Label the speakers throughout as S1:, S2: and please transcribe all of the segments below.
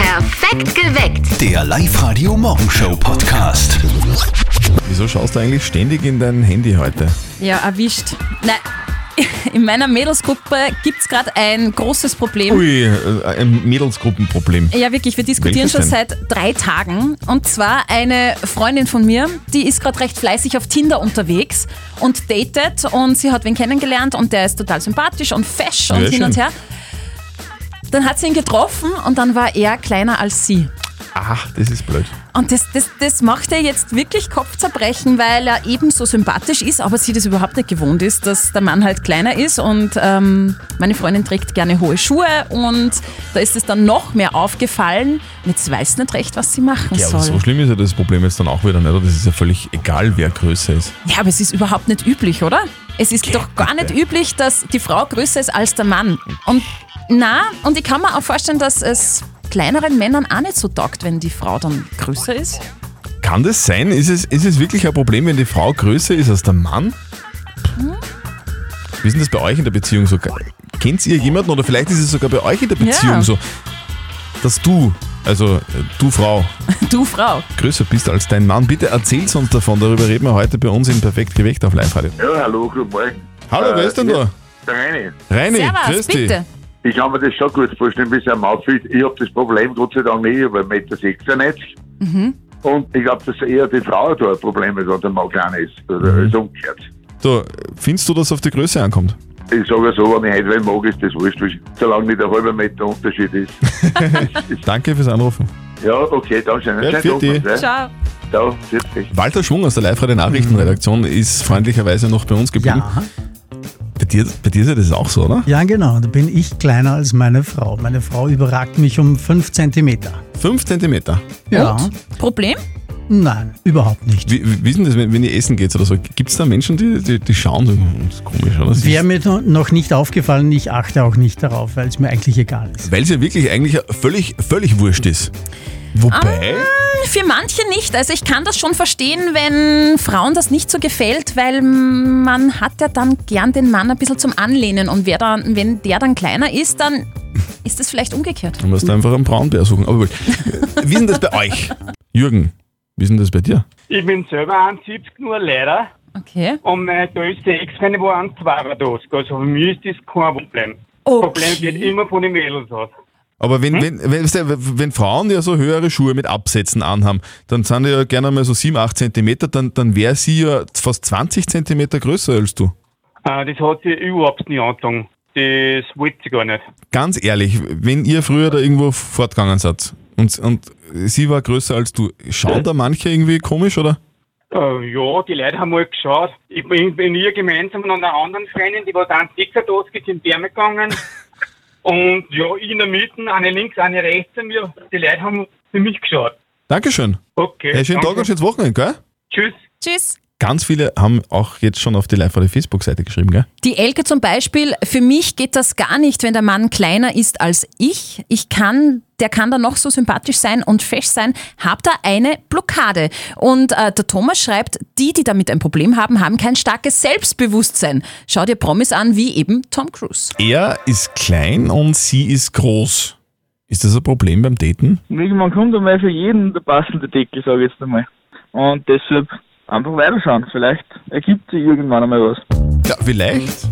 S1: Perfekt geweckt.
S2: Der Live-Radio Morgenshow Podcast.
S3: Wieso schaust du eigentlich ständig in dein Handy heute?
S4: Ja, erwischt. Nein, in meiner Mädelsgruppe gibt es gerade ein großes Problem.
S3: Ui, äh, ein Mädelsgruppenproblem.
S4: Ja, wirklich, wir
S3: Welches
S4: diskutieren schon
S3: denn?
S4: seit drei Tagen. Und zwar eine Freundin von mir, die ist gerade recht fleißig auf Tinder unterwegs und datet und sie hat wen kennengelernt und der ist total sympathisch und fesch und
S3: Ja,
S4: hin und
S3: schön.
S4: her. Dann hat sie ihn getroffen und dann war er kleiner als sie.
S3: Ach, das ist blöd.
S4: Und das, das, das macht er jetzt wirklich Kopfzerbrechen, weil er eben so sympathisch ist, aber sie das überhaupt nicht gewohnt ist, dass der Mann halt kleiner ist. Und ähm, meine Freundin trägt gerne hohe Schuhe und da ist es dann noch mehr aufgefallen. Und jetzt weiß nicht recht, was sie machen
S3: Ja, aber
S4: soll.
S3: so schlimm ist ja das Problem jetzt dann auch wieder nicht. oder? Das ist ja völlig egal, wer größer ist.
S4: Ja, aber es ist überhaupt nicht üblich, oder? Es ist doch gar nicht
S3: bitte.
S4: üblich, dass die Frau größer ist als der Mann. Und na, und ich kann mir auch vorstellen, dass es kleineren Männern auch nicht so taugt, wenn die Frau dann größer ist.
S3: Kann das sein? Ist es, ist es wirklich ein Problem, wenn die Frau größer ist als der Mann?
S4: Hm?
S3: Wie ist denn das bei euch in der Beziehung so? Kennt ihr jemanden oder vielleicht ist es sogar bei euch in der Beziehung
S4: Ja.
S3: so, dass du, also äh, du Frau,
S4: Du Frau.
S3: größer bist als dein Mann? Bitte erzähl's uns davon. Darüber reden wir heute bei uns in Perfekt geweckt auf Live-Radio.
S5: Ja, hallo, guten Morgen. Äh,
S3: Hallo, wer ist denn da?
S5: Der Reini.
S3: Reini, grüß
S4: Servus,
S3: dich.
S4: bitte.
S5: Ich kann mir das schon gut vorstellen, bis am Outfit. Ich habe das Problem Gott sei Dank nicht, ich habe 1,96 Meter. 96. Und ich glaube, dass eher die Frau da ein Problem hat, wenn der Mann klein ist. Oder
S3: Mhm.
S5: ist umgekehrt.
S3: So, findest du, dass es auf die Größe ankommt?
S5: Ich sage so, wenn ich heute wen mag, ist das wurscht, weil- solange nicht ein halber Meter Unterschied ist.
S3: Danke fürs Anrufen.
S5: ja, okay, danke schön.
S3: Ja,
S5: Schönen
S3: für die.
S5: Tag noch,
S4: Ciao.
S5: Ja, für dich.
S3: Walter Schwung aus der Live-Radio-Nachrichtenredaktion ist freundlicherweise noch bei uns geblieben.
S6: Ja,
S3: Bei, dir, bei dir ist ja das auch so, oder?
S6: ja genau. Da bin ich kleiner als meine Frau. Meine Frau überragt mich um 5 Zentimeter.
S3: 5 Zentimeter.
S6: Ja.
S4: Problem?
S6: Nein, überhaupt nicht.
S3: Wie, wie wie ist denn das, wenn, wenn ihr essen geht oder so? Gibt es da Menschen, die, die, die schauen? so, "Hm, Das ist komisch, oder? Das
S6: Wäre
S3: ist-
S6: mir no- noch nicht aufgefallen, ich achte auch nicht darauf, weil es mir eigentlich egal ist.
S3: Weil es ja wirklich eigentlich völlig, völlig wurscht ist. Wobei,
S4: Ah, Für manche nicht. Also ich kann das schon verstehen, wenn Frauen das nicht so gefällt, weil man hat ja dann gern den Mann ein bisschen zum Anlehnen. Und wer dann, wenn der dann kleiner ist, dann ist es vielleicht umgekehrt.
S3: dann musst du einfach einen Braunbär suchen. Aber gut. Wie ist denn das bei euch? Jürgen, wie ist denn das bei dir?
S7: Ich bin selber 71 nur leider
S4: Okay.
S7: und meine größte Ex-Freundin war 1,32. Also für mich ist das kein Problem.
S4: Okay.
S7: Problem geht immer von den Mädels aus.
S3: Aber wenn, wenn, wenn, weißt du, wenn Frauen ja so höhere Schuhe mit Absätzen anhaben, dann sind die ja gerne mal so 7, 8 Zentimeter, dann, dann wäre sie ja fast 20 Zentimeter größer als du.
S7: Äh, Das hat sie überhaupt nicht angetan. Das wollte sie gar nicht.
S3: Ganz ehrlich, wenn ihr früher da irgendwo fortgegangen seid und, und sie war größer als du, schauen da manche irgendwie komisch, oder?
S7: Äh, ja, die Leute haben mal geschaut. Ich bin, bin hier gemeinsam mit einer anderen Freundin, die war 1,86 ist in die Wärme gegangen. und ja, ich in der Mitte, eine links, eine rechts an mir. Die Leute haben für mich geschaut.
S3: Dankeschön.
S7: Okay.
S3: Hey, schönen Tag
S7: danke.
S3: und schönes Wochenende, gell?
S7: Tschüss.
S4: Tschüss.
S3: Ganz viele haben auch jetzt schon auf die live oder Facebook-Seite geschrieben, gell?
S4: Die Elke zum Beispiel, für mich geht das gar nicht, wenn der Mann kleiner ist als ich. Ich kann, der kann da noch so sympathisch sein und fesch sein, hab da eine Blockade. Und äh, der Thomas schreibt, die, die damit ein Problem haben, haben kein starkes Selbstbewusstsein. Schau dir Promis an, wie eben Tom Cruise.
S3: Er ist klein und sie ist groß. Ist das ein Problem beim Daten?
S8: Man kommt einmal für jeden der passende Deckel, sage ich jetzt einmal. Und deshalb einfach weiterschauen. Vielleicht ergibt sich irgendwann einmal was.
S3: Ja, vielleicht.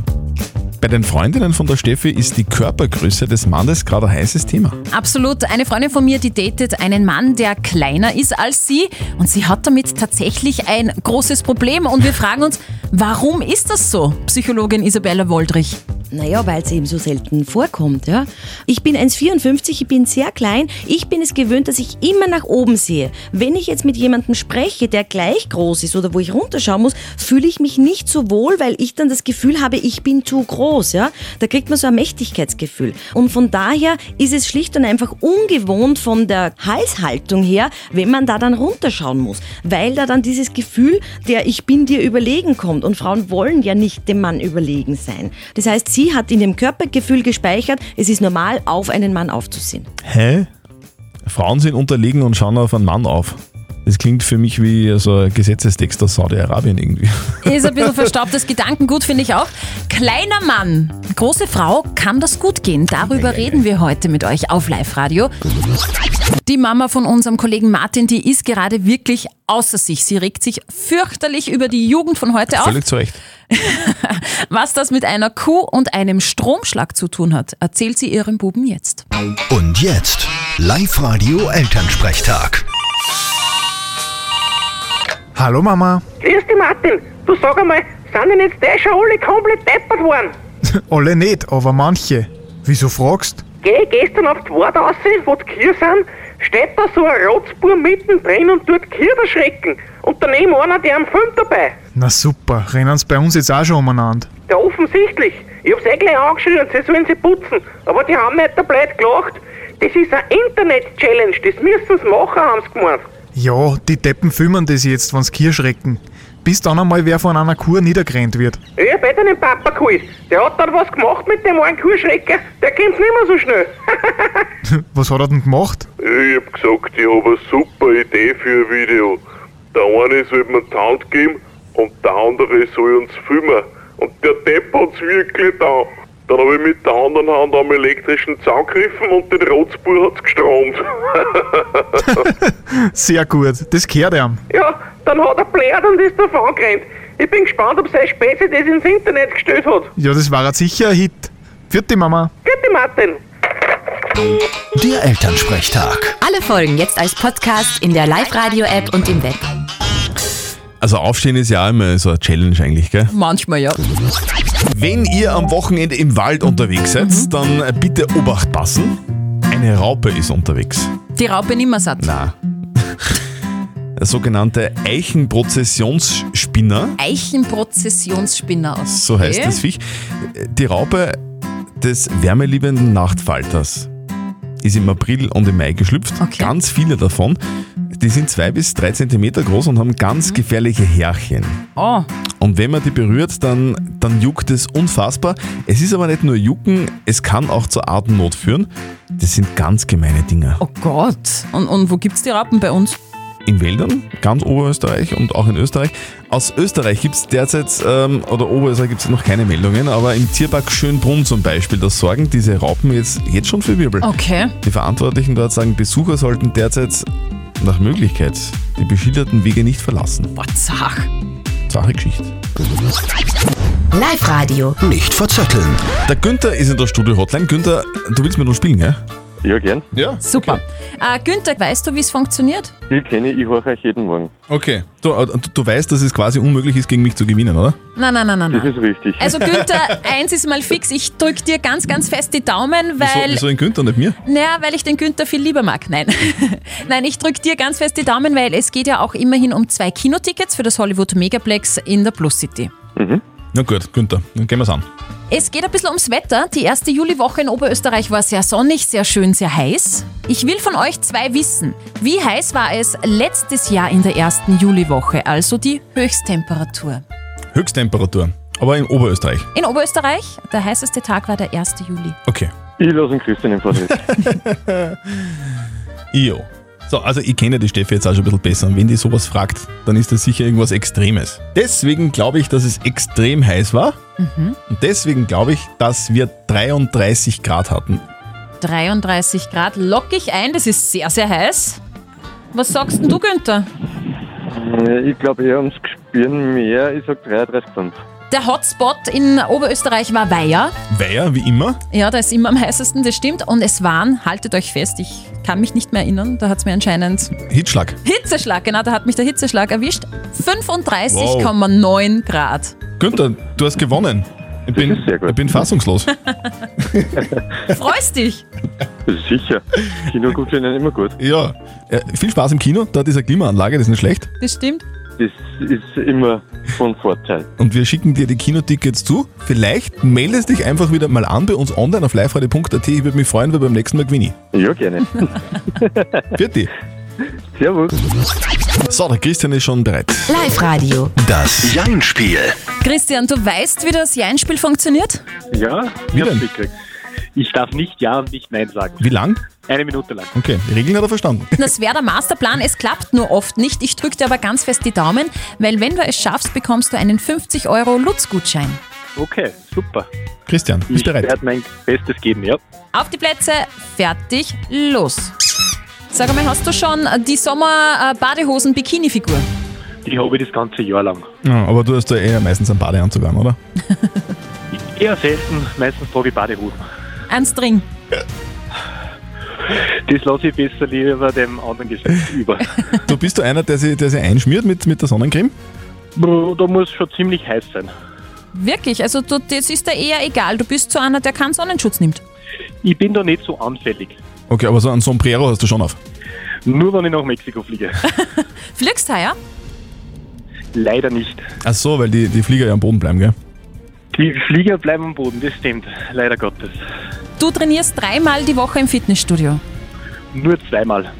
S3: Bei den Freundinnen von der Steffi ist die Körpergröße des Mannes gerade ein heißes Thema.
S4: Absolut. Eine Freundin von mir, die datet einen Mann, der kleiner ist als sie und sie hat damit tatsächlich ein großes Problem und wir fragen uns, warum ist das so? Psychologin Isabella Woldrich.
S9: Naja, weil es eben so selten vorkommt. Ja? Ich bin 1,54, ich bin sehr klein. Ich bin es gewöhnt, dass ich immer nach oben sehe. Wenn ich jetzt mit jemandem spreche, der gleich groß ist oder wo ich runterschauen muss, fühle ich mich nicht so wohl, weil ich dann das Gefühl habe, ich bin zu groß. Ja? Da kriegt man so ein Mächtigkeitsgefühl. Und von daher ist es schlicht und einfach ungewohnt von der Halshaltung her, wenn man da dann runterschauen muss. Weil da dann dieses Gefühl der Ich bin dir überlegen kommt. Und Frauen wollen ja nicht dem Mann überlegen sein. Das heißt, sie hat in dem Körpergefühl gespeichert, es ist normal, auf einen Mann aufzusehen.
S3: Hä? Frauen sind unterlegen und schauen auf einen Mann auf. Das klingt für mich wie so ein Gesetzestext aus Saudi-Arabien irgendwie.
S4: Ist ein bisschen verstaubtes Gedankengut, finde ich auch. Kleiner Mann, große Frau, kann das gut gehen? Darüber reden wir heute mit euch auf Live-Radio. Die Mama von unserem Kollegen Martin, die ist gerade wirklich außer sich. Sie regt sich fürchterlich über die Jugend von heute auf.
S3: Völlig zu Recht.
S4: Was das mit einer Kuh und einem Stromschlag zu tun hat, erzählt sie ihrem Buben jetzt.
S2: Und jetzt Live-Radio Elternsprechtag.
S1: Hallo Mama.
S10: Grüß dich, Martin. Du sag einmal, sind denn jetzt die schon alle komplett deppert worden?
S1: Alle nicht, aber manche. Wieso fragst?
S10: Geh gestern auf die Wort raus, wo die Kühe sind, steht da so ein Rotzbur mittendrin und tut die Kühe erschrecken. Und daneben einer, der am Film dabei.
S1: Na super, rennen's bei uns jetzt auch schon umeinander.
S10: Ja, offensichtlich. Ich hab's eh gleich angeschrien, sie sollen sie putzen. Aber die haben nicht der Blöd gelacht. Das ist eine Internet-Challenge, das müssen sie machen, haben sie gemeint.
S1: Ja, die Deppen filmen das jetzt, wenn's Kier schrecken. Bis dann einmal wer von einer Kur niedergerannt wird.
S10: Ich hab eh den Papa geholt. Der hat dann was gemacht mit dem einen Kuhschrecker. Der kommt nicht mehr so schnell.
S1: Was hat er denn gemacht?
S11: Ich hab gesagt, ich hab eine super Idee für ein Video. Der eine soll mir die Hand geben und der andere soll uns filmen. Und der Depp hat's wirklich da. Dann hab ich mit der anderen Hand am elektrischen Zaun gegriffen und den Rotzbur hat's gestromt.
S1: Sehr gut, das gehört ihm.
S10: Ja, dann hat er blärt und ist davon gerannt. Ich bin gespannt, ob seine Späße das ins Internet gestellt hat.
S1: Ja, das war jetzt sicher ein Hit. Vierte Mama.
S10: Gute Martin.
S2: Der Elternsprechtag.
S12: Alle Folgen jetzt als Podcast in der Live-Radio-App und im Web.
S3: Also aufstehen ist ja auch immer so eine Challenge eigentlich, gell?
S4: Manchmal ja.
S3: Wenn ihr am Wochenende im Wald unterwegs seid, dann bitte Obacht passen. Eine Raupe ist unterwegs.
S4: Die Raupe nimmer satt.
S3: Na. Sogenannte Eichenprozessionsspinner,
S4: Eichenprozessionsspinner aus.
S3: so heißt das Viech. Die Raupe des wärmeliebenden Nachtfalters ist im April und im Mai geschlüpft.
S4: Okay.
S3: Ganz viele davon. Die sind zwei bis drei Zentimeter groß und haben ganz gefährliche Härchen.
S4: Oh,
S3: Und wenn man die berührt, dann, dann juckt es unfassbar. Es ist aber nicht nur jucken, es kann auch zur Atemnot führen. Das sind ganz gemeine Dinger.
S4: oh Gott. Und, und wo gibt's die Raupen bei uns?
S3: In Wäldern, ganz Oberösterreich und auch in Österreich. Aus Österreich gibt es derzeit, ähm, oder Oberösterreich gibt es noch keine Meldungen, aber im Tierpark Schönbrunn zum Beispiel, da sorgen diese Raupen jetzt, jetzt schon für Wirbel.
S4: Okay.
S3: Die Verantwortlichen dort sagen, Besucher sollten derzeit nach Möglichkeit die beschilderten Wege nicht verlassen.
S4: Boah, zach.
S3: Sache Geschichte.
S12: Live-Radio.
S2: Nicht verzetteln.
S3: Der Günther ist in der Studio-Hotline. Günther, du willst mit uns spielen, gell?
S11: Ja, gern.
S3: Ja.
S4: Super. Äh, Günther, weißt du, wie es funktioniert?
S11: Ich kenne, ich höre euch jeden Morgen.
S3: Okay. Du, äh, du, du weißt, dass es quasi unmöglich ist, gegen mich zu gewinnen, oder?
S4: Nein, nein, nein, nein.
S11: Das
S4: nein.
S11: ist richtig.
S4: Also Günther, eins ist mal fix, ich drück dir ganz, ganz fest die Daumen, weil,
S3: wieso den Günther, nicht mir?
S4: naja, weil ich den Günther viel lieber mag. Nein, nein, ich drück dir ganz fest die Daumen, weil es geht ja auch immerhin um zwei Kinotickets für das Hollywood Megaplex in der Plus City.
S3: Na gut, Günther, dann gehen wir's an.
S4: Es geht ein bisschen ums Wetter. Die erste Juliwoche in Oberösterreich war sehr sonnig, sehr schön, sehr heiß. Ich will von euch zwei wissen. Wie heiß war es letztes Jahr in der ersten Juliwoche, also die Höchsttemperatur?
S3: Höchsttemperatur, aber in Oberösterreich.
S4: In Oberösterreich, der heißeste Tag war der 1. Juli.
S3: Okay.
S11: Ich lasse den Christian im Vortritt.
S3: Io. So, also ich kenne die Steffi jetzt auch schon ein bisschen besser. Und wenn die sowas fragt, dann ist das sicher irgendwas Extremes. Deswegen glaube ich, dass es extrem heiß war. Und deswegen glaube ich, dass wir 33 Grad hatten.
S4: 33 Grad lock ich ein, das ist sehr, sehr heiß. Was sagst denn du, Günther?
S11: Äh, ich glaube, eher ums Gespüren mehr. Ich sag 33,5.
S4: Der Hotspot in Oberösterreich war Weiher.
S3: Weiher, wie immer.
S4: Ja, da ist immer am heißesten, das stimmt. Und es waren, haltet euch fest, ich kann mich nicht mehr erinnern, da hat es mir anscheinend
S3: Hitschlag.
S4: Hitzeschlag, genau, da hat mich der Hitzeschlag erwischt. 35,9 Grad.
S3: Günther, du hast gewonnen. Ich bin,
S11: ist sehr gut.
S3: ich bin fassungslos.
S4: Freust dich?
S11: Das ist sicher. Kino gut für einen immer gut.
S3: ja. Äh, viel Spaß im Kino. Dort ist eine Klimaanlage, das ist nicht schlecht.
S4: Das stimmt.
S11: Das ist immer von Vorteil.
S3: Und wir schicken dir die Kinotickets zu. Vielleicht meldest dich einfach wieder mal an bei uns online auf liveradio.at. Ich würde mich freuen, weil beim nächsten Mal gewinne
S11: Ja, gerne.
S3: ich. Vierte.
S11: Servus.
S3: So, der Christian ist schon bereit.
S12: Live-Radio.
S2: Das Jein-Spiel.
S4: Christian, du weißt, wie das Jeinspiel funktioniert?
S13: Ja,
S3: Wie denn?
S13: ich darf nicht Ja und nicht Nein sagen.
S3: Wie lang?
S13: Eine Minute lang.
S3: Okay, die Regeln hat er verstanden.
S4: Das wäre der Masterplan, es klappt nur oft nicht. Ich drücke dir aber ganz fest die Daumen, weil wenn du es schaffst, bekommst du einen 50 Euro Lutz-Gutschein.
S13: Okay, super.
S3: Christian, bist
S13: ich
S3: bereit?
S13: werde mein Bestes geben, ja.
S4: Auf die Plätze, fertig, los. Sag einmal, hast du schon die Sommer-Badehosen-Bikini-Figur?
S13: Die habe ich das ganze Jahr lang.
S3: Ja, aber du hast da eher meistens einen Badeanzug an, oder?
S13: Eher selten, meistens trage ich Badehosen.
S4: Ein String.
S13: Das lasse ich besser lieber dem anderen Geschäft über.
S3: Du bist du einer, der sich, der sich einschmiert mit, mit der Sonnencreme?
S13: Bro, Da muss schon ziemlich heiß sein.
S4: Wirklich, also du, das ist dir eher egal. Du bist so einer, der keinen Sonnenschutz nimmt.
S13: Ich bin da nicht so anfällig.
S3: Okay, aber so ein Sombrero hast du schon auf.
S13: Nur wenn ich nach Mexiko fliege.
S4: Fliegst heuer?
S13: Leider nicht.
S3: Ach so, weil die, die Flieger ja am Boden bleiben, gell?
S13: Die Flieger bleiben am Boden, das stimmt. Leider Gottes.
S4: Du trainierst dreimal die Woche im Fitnessstudio.
S13: Nur zweimal.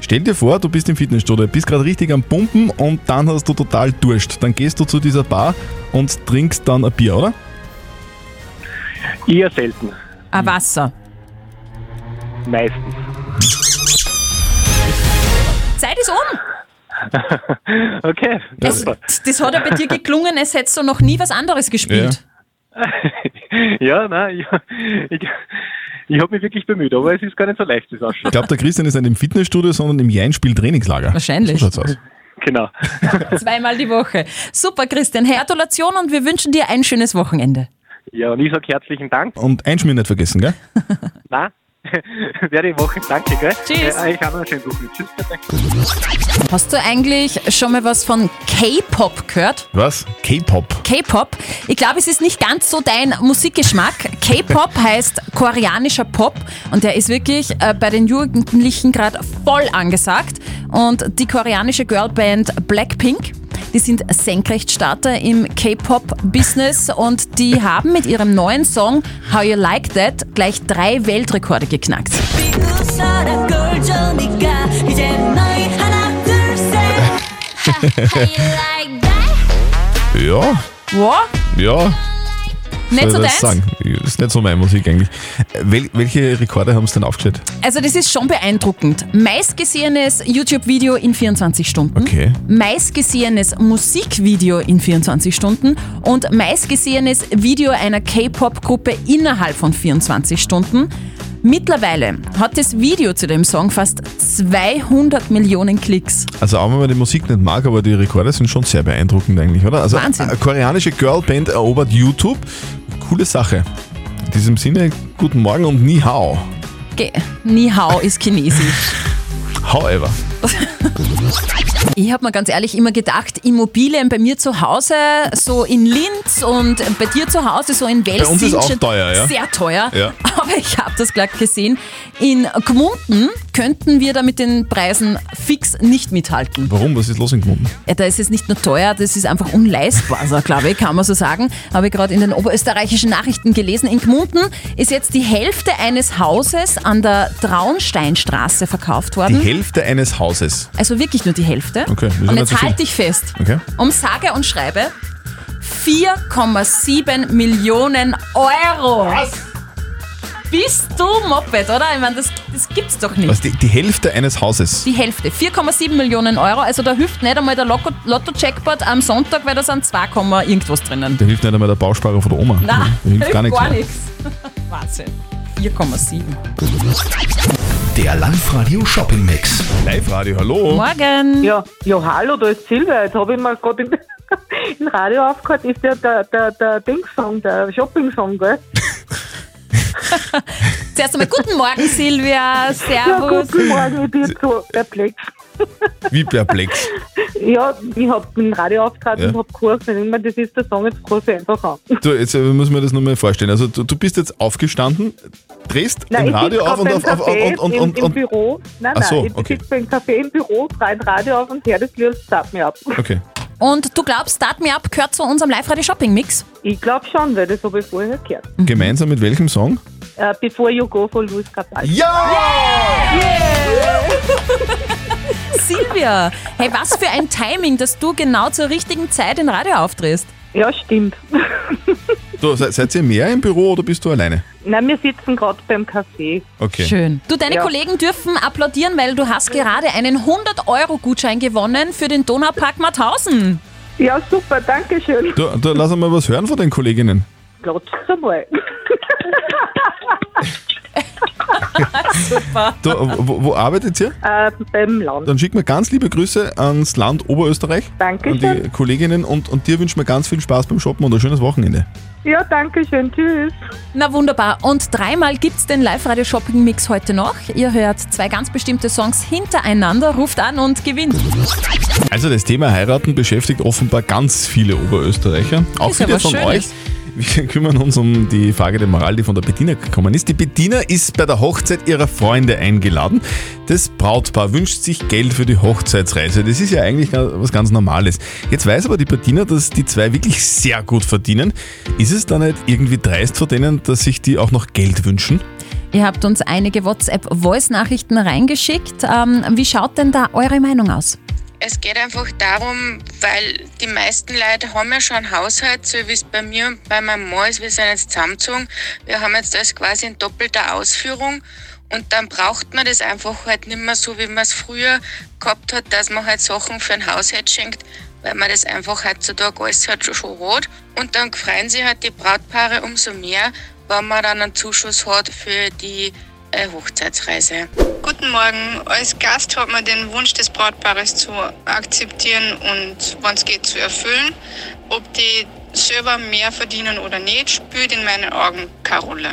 S3: Stell dir vor, du bist im Fitnessstudio, bist gerade richtig am Pumpen und dann hast du total Durst. Dann gehst du zu dieser Bar und trinkst dann ein Bier, oder?
S13: Eher selten.
S4: Ein Wasser.
S13: Meistens.
S4: Zeit ist um.
S13: Okay,
S4: Es,
S13: super.
S4: das hat ja bei dir geklungen, es hättest du noch nie was anderes gespielt.
S13: Ja, nein, ich, ich, ich habe mich wirklich bemüht, aber es ist gar nicht so leicht, das
S3: Ich
S13: ausschaut.
S3: glaube, der Christian ist nicht im Fitnessstudio, sondern im Jeinspiel-Trainingslager.
S4: Wahrscheinlich.
S3: So schaut's aus.
S13: Genau.
S4: Zweimal die Woche. Super, Christian. Gratulation und wir wünschen dir ein schönes Wochenende.
S13: Ja, und ich sage herzlichen Dank.
S3: Und einschmieren nicht vergessen, gell?
S13: Na, werde Woche. Danke, gell?
S4: Tschüss.
S13: Äh, ich habe noch einen schönen Wochenende. Tschüss.
S4: Hast du eigentlich schon mal was von K-Pop gehört?
S3: Was? K-Pop.
S4: K-Pop. Ich glaube, es ist nicht ganz so dein Musikgeschmack. K-Pop heißt koreanischer Pop und der ist wirklich äh, bei den Jugendlichen gerade voll angesagt. Und die koreanische Girlband Blackpink, die sind Senkrechtstarter im K-Pop-Business und die haben mit ihrem neuen Song How You Like That gleich drei Weltrekorde geknackt.
S3: Ja,
S4: Wow,
S3: ja.
S4: nicht
S3: Soll ich
S4: so
S3: das
S4: deins?
S3: sagen? Ist nicht so meine Musik eigentlich. Äh, Wel welche Rekorde haben sie denn aufgestellt?
S4: Also das ist schon beeindruckend. Meistgesehenes YouTube-Video in 24 Stunden.
S3: Okay.
S4: Meistgesehenes Musikvideo in 24 Stunden und meistgesehenes Video einer K-Pop-Gruppe innerhalb von 24 Stunden. Mittlerweile hat das Video zu dem Song fast 200 Millionen Klicks.
S3: Also auch wenn man die Musik nicht mag, aber die Rekorde sind schon sehr beeindruckend eigentlich, oder? Also
S4: Wahnsinn.
S3: eine koreanische Girlband erobert YouTube. Coole Sache. In diesem Sinne, guten Morgen und Ni Hao.
S4: Ge Ni Hao ist chinesisch.
S3: However.
S4: Ich habe mir ganz ehrlich immer gedacht, Immobilien bei mir zu Hause, so in Linz und bei dir zu Hause, so in Wels.
S3: uns ist
S4: sind
S3: auch
S4: schon
S3: teuer, ja.
S4: Sehr teuer.
S3: Ja.
S4: Aber ich habe das gerade gesehen. In Gmunden könnten wir da mit den Preisen fix nicht mithalten.
S3: Warum? Was ist los in Gmunden?
S4: Ja, da ist es nicht nur teuer, das ist einfach unleistbar, so, glaube ich, kann man so sagen. Habe ich gerade in den oberösterreichischen Nachrichten gelesen. In Gmunden ist jetzt die Hälfte eines Hauses an der Traunsteinstraße verkauft
S3: Die
S4: worden.
S3: Hälfte eines Hauses.
S4: Also wirklich nur die Hälfte.
S3: Okay, das ist ja nicht
S4: und
S3: so
S4: jetzt
S3: viel.
S4: halte ich fest.
S3: Okay.
S4: Um sage und schreibe 4,7 Millionen Euro. Was? Bist du Moped, oder? Ich meine, das, das gibt's doch nicht.
S3: Was, die, die Hälfte eines Hauses.
S4: Die Hälfte, 4,7 Millionen Euro. Also da hilft nicht einmal der Lotto- Lotto-Jackpot am Sonntag, weil da sind 2, Komma irgendwas drinnen.
S3: Da hilft nicht einmal der Bausparer von der Oma.
S4: Nein,
S3: da hilft gar nichts. mehr.
S4: nichts. Wahnsinn. 4,7.
S2: Der Live-Radio Shopping Mix.
S3: Live-Radio, hallo.
S4: Morgen.
S14: Ja, ja, hallo, da ist Silvia. Jetzt habe ich mir gerade im, im Radio aufgehört, ist der, der, der, der Ding-Song, der Shopping-Song, gell?
S4: Zuerst einmal guten Morgen, Silvia.
S3: Oh,
S4: Servus.
S14: Ja, guten Morgen, ich bin jetzt so perplex.
S3: Wie perplex.
S14: Ja, ich habe im Radio aufgehört
S3: Ja.
S14: und habe gehört, wenn immer das ist der Song, jetzt groß einfach an.
S3: Du, jetzt äh, müssen wir das nur mal vorstellen. Also du, du bist jetzt aufgestanden, drehst
S14: Nein,
S3: im
S14: ich
S3: Radio
S14: sitz
S3: auf und
S14: beim
S3: auf, auf,
S14: Café
S3: und, und,
S14: im,
S3: und,
S14: im
S3: und,
S14: Büro. Nein,
S3: Ach so,
S14: nein, ich
S3: okay.
S14: sitze beim Café im Büro, drehe ein Radio auf und höre das Lied und start mir ab.
S3: Okay.
S4: Und du glaubst, Start Me Up gehört zu unserem Live-Radio-Shopping-Mix?
S14: Ich glaube schon, weil das habe ich vorher gehört.
S3: gemeinsam mit welchem Song?
S14: Äh, Before You Go von Luis Capaldi.
S3: Ja!
S4: Silvia, hey, was für ein Timing, dass du genau zur richtigen Zeit in Radio aufdrehst.
S14: Ja, stimmt.
S3: Du, se- seid ihr mehr im Büro oder bist du alleine?
S15: Nein, wir sitzen gerade beim Kaffee.
S3: Okay.
S4: Schön. Du, deine
S15: Ja.
S4: Kollegen dürfen applaudieren, weil du hast gerade einen 100-Euro-Gutschein gewonnen für den Donaupark Mauthausen.
S15: Ja, super, danke schön.
S3: Du, du, lass mal was hören von den Kolleginnen.
S15: Glotzt einmal.
S4: super.
S3: Du, wo, wo arbeitet ihr?
S15: Äh,
S10: Ähm,
S15: beim Land.
S3: Dann schick mir ganz liebe Grüße ans Land Oberösterreich. Und
S15: Dankeschön.
S3: die Kolleginnen und, und dir wünschen wir ganz viel Spaß beim Shoppen und ein schönes Wochenende.
S4: Ja, danke schön. Tschüss. Na wunderbar. Und dreimal gibt's den Live-Radio-Shopping-Mix heute noch. Ihr hört zwei ganz bestimmte Songs hintereinander, ruft an und gewinnt.
S3: Also das Thema Heiraten beschäftigt offenbar ganz viele Oberösterreicher. Auch
S4: Ist ja
S3: viele
S4: was
S3: von
S4: Schönes.
S3: euch. Wir kümmern uns um die Frage der Moral, die von der Bettina gekommen ist. Die Bettina ist bei der Hochzeit ihrer Freunde eingeladen. Das Brautpaar wünscht sich Geld für die Hochzeitsreise. Das ist ja eigentlich ga- was ganz Normales. Jetzt weiß aber die Bettina, dass die zwei wirklich sehr gut verdienen. Ist es dann nicht irgendwie dreist von denen, dass sich die auch noch Geld wünschen?
S4: Ihr habt uns einige WhatsApp-Voice-Nachrichten reingeschickt. Ähm, wie schaut denn da eure Meinung aus?
S10: Es geht einfach darum, weil die meisten Leute haben ja schon einen Haushalt, so wie es bei mir und bei meinem Mann ist. Wir sind jetzt zusammengezogen. Wir haben jetzt das quasi in doppelter Ausführung. Und dann braucht man das einfach halt nicht mehr so, wie man es früher gehabt hat, dass man halt Sachen für ein Haushalt schenkt, weil man das einfach heutzutage alles halt schon rot. Und dann freuen sich halt die Brautpaare umso mehr, wenn man dann einen Zuschuss hat für die äh, Hochzeitsreise.
S16: Guten Morgen. Als Gast hat man den Wunsch des Brautpaares zu akzeptieren und, wenn es geht, zu erfüllen. Ob die selber mehr verdienen oder nicht, spielt in meinen Augen keine Rolle.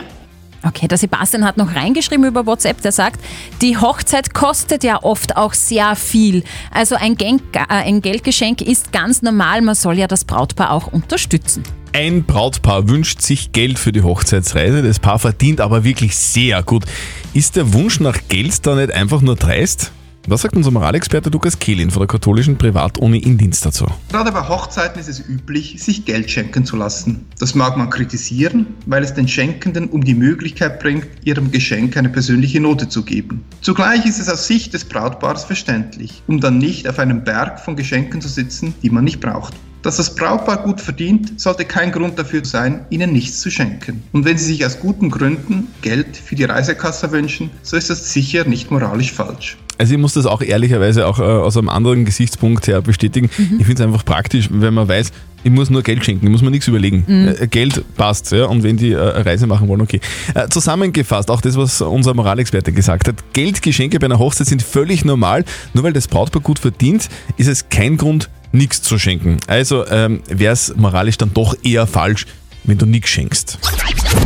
S4: Okay, der Sebastian hat noch reingeschrieben über WhatsApp, der sagt, die Hochzeit kostet ja oft auch sehr viel. Also ein, Gen äh, ein Geldgeschenk ist ganz normal, man soll ja das Brautpaar auch unterstützen.
S3: Ein Brautpaar wünscht sich Geld für die Hochzeitsreise, das Paar verdient aber wirklich sehr gut. Ist der Wunsch nach Geld da nicht einfach nur dreist? Was sagt unser Moralexperte Lukas Kehlin von der katholischen Privatuni Indienst dazu?
S13: Gerade bei Hochzeiten ist es üblich, sich Geld schenken zu lassen. Das mag man kritisieren, weil es den Schenkenden um die Möglichkeit bringt, ihrem Geschenk eine persönliche Note zu geben. Zugleich ist es aus Sicht des Brautpaars verständlich, um dann nicht auf einem Berg von Geschenken zu sitzen, die man nicht braucht. Dass das Brautpaar gut verdient, sollte kein Grund dafür sein, ihnen nichts zu schenken. Und wenn sie sich aus guten Gründen Geld für die Reisekasse wünschen, so ist das sicher nicht moralisch falsch.
S3: Also ich muss das auch ehrlicherweise auch äh, aus einem anderen Gesichtspunkt her bestätigen. Ich finde es einfach praktisch, wenn man weiß, ich muss nur Geld schenken, ich muss mir nichts überlegen.
S2: Mhm.
S3: Äh, Geld passt, ja, und wenn die äh, eine Reise machen wollen, okay. Äh, zusammengefasst, auch das, was unser Moralexperte gesagt hat, Geldgeschenke bei einer Hochzeit sind völlig normal, nur weil das Brautpaar gut verdient, ist es kein Grund, nichts zu schenken. Also ähm, wäre es moralisch dann doch eher falsch, wenn du nichts schenkst.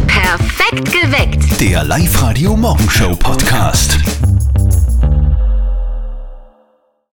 S12: Perfekt geweckt.
S2: Der Live-Radio Morgenshow Podcast.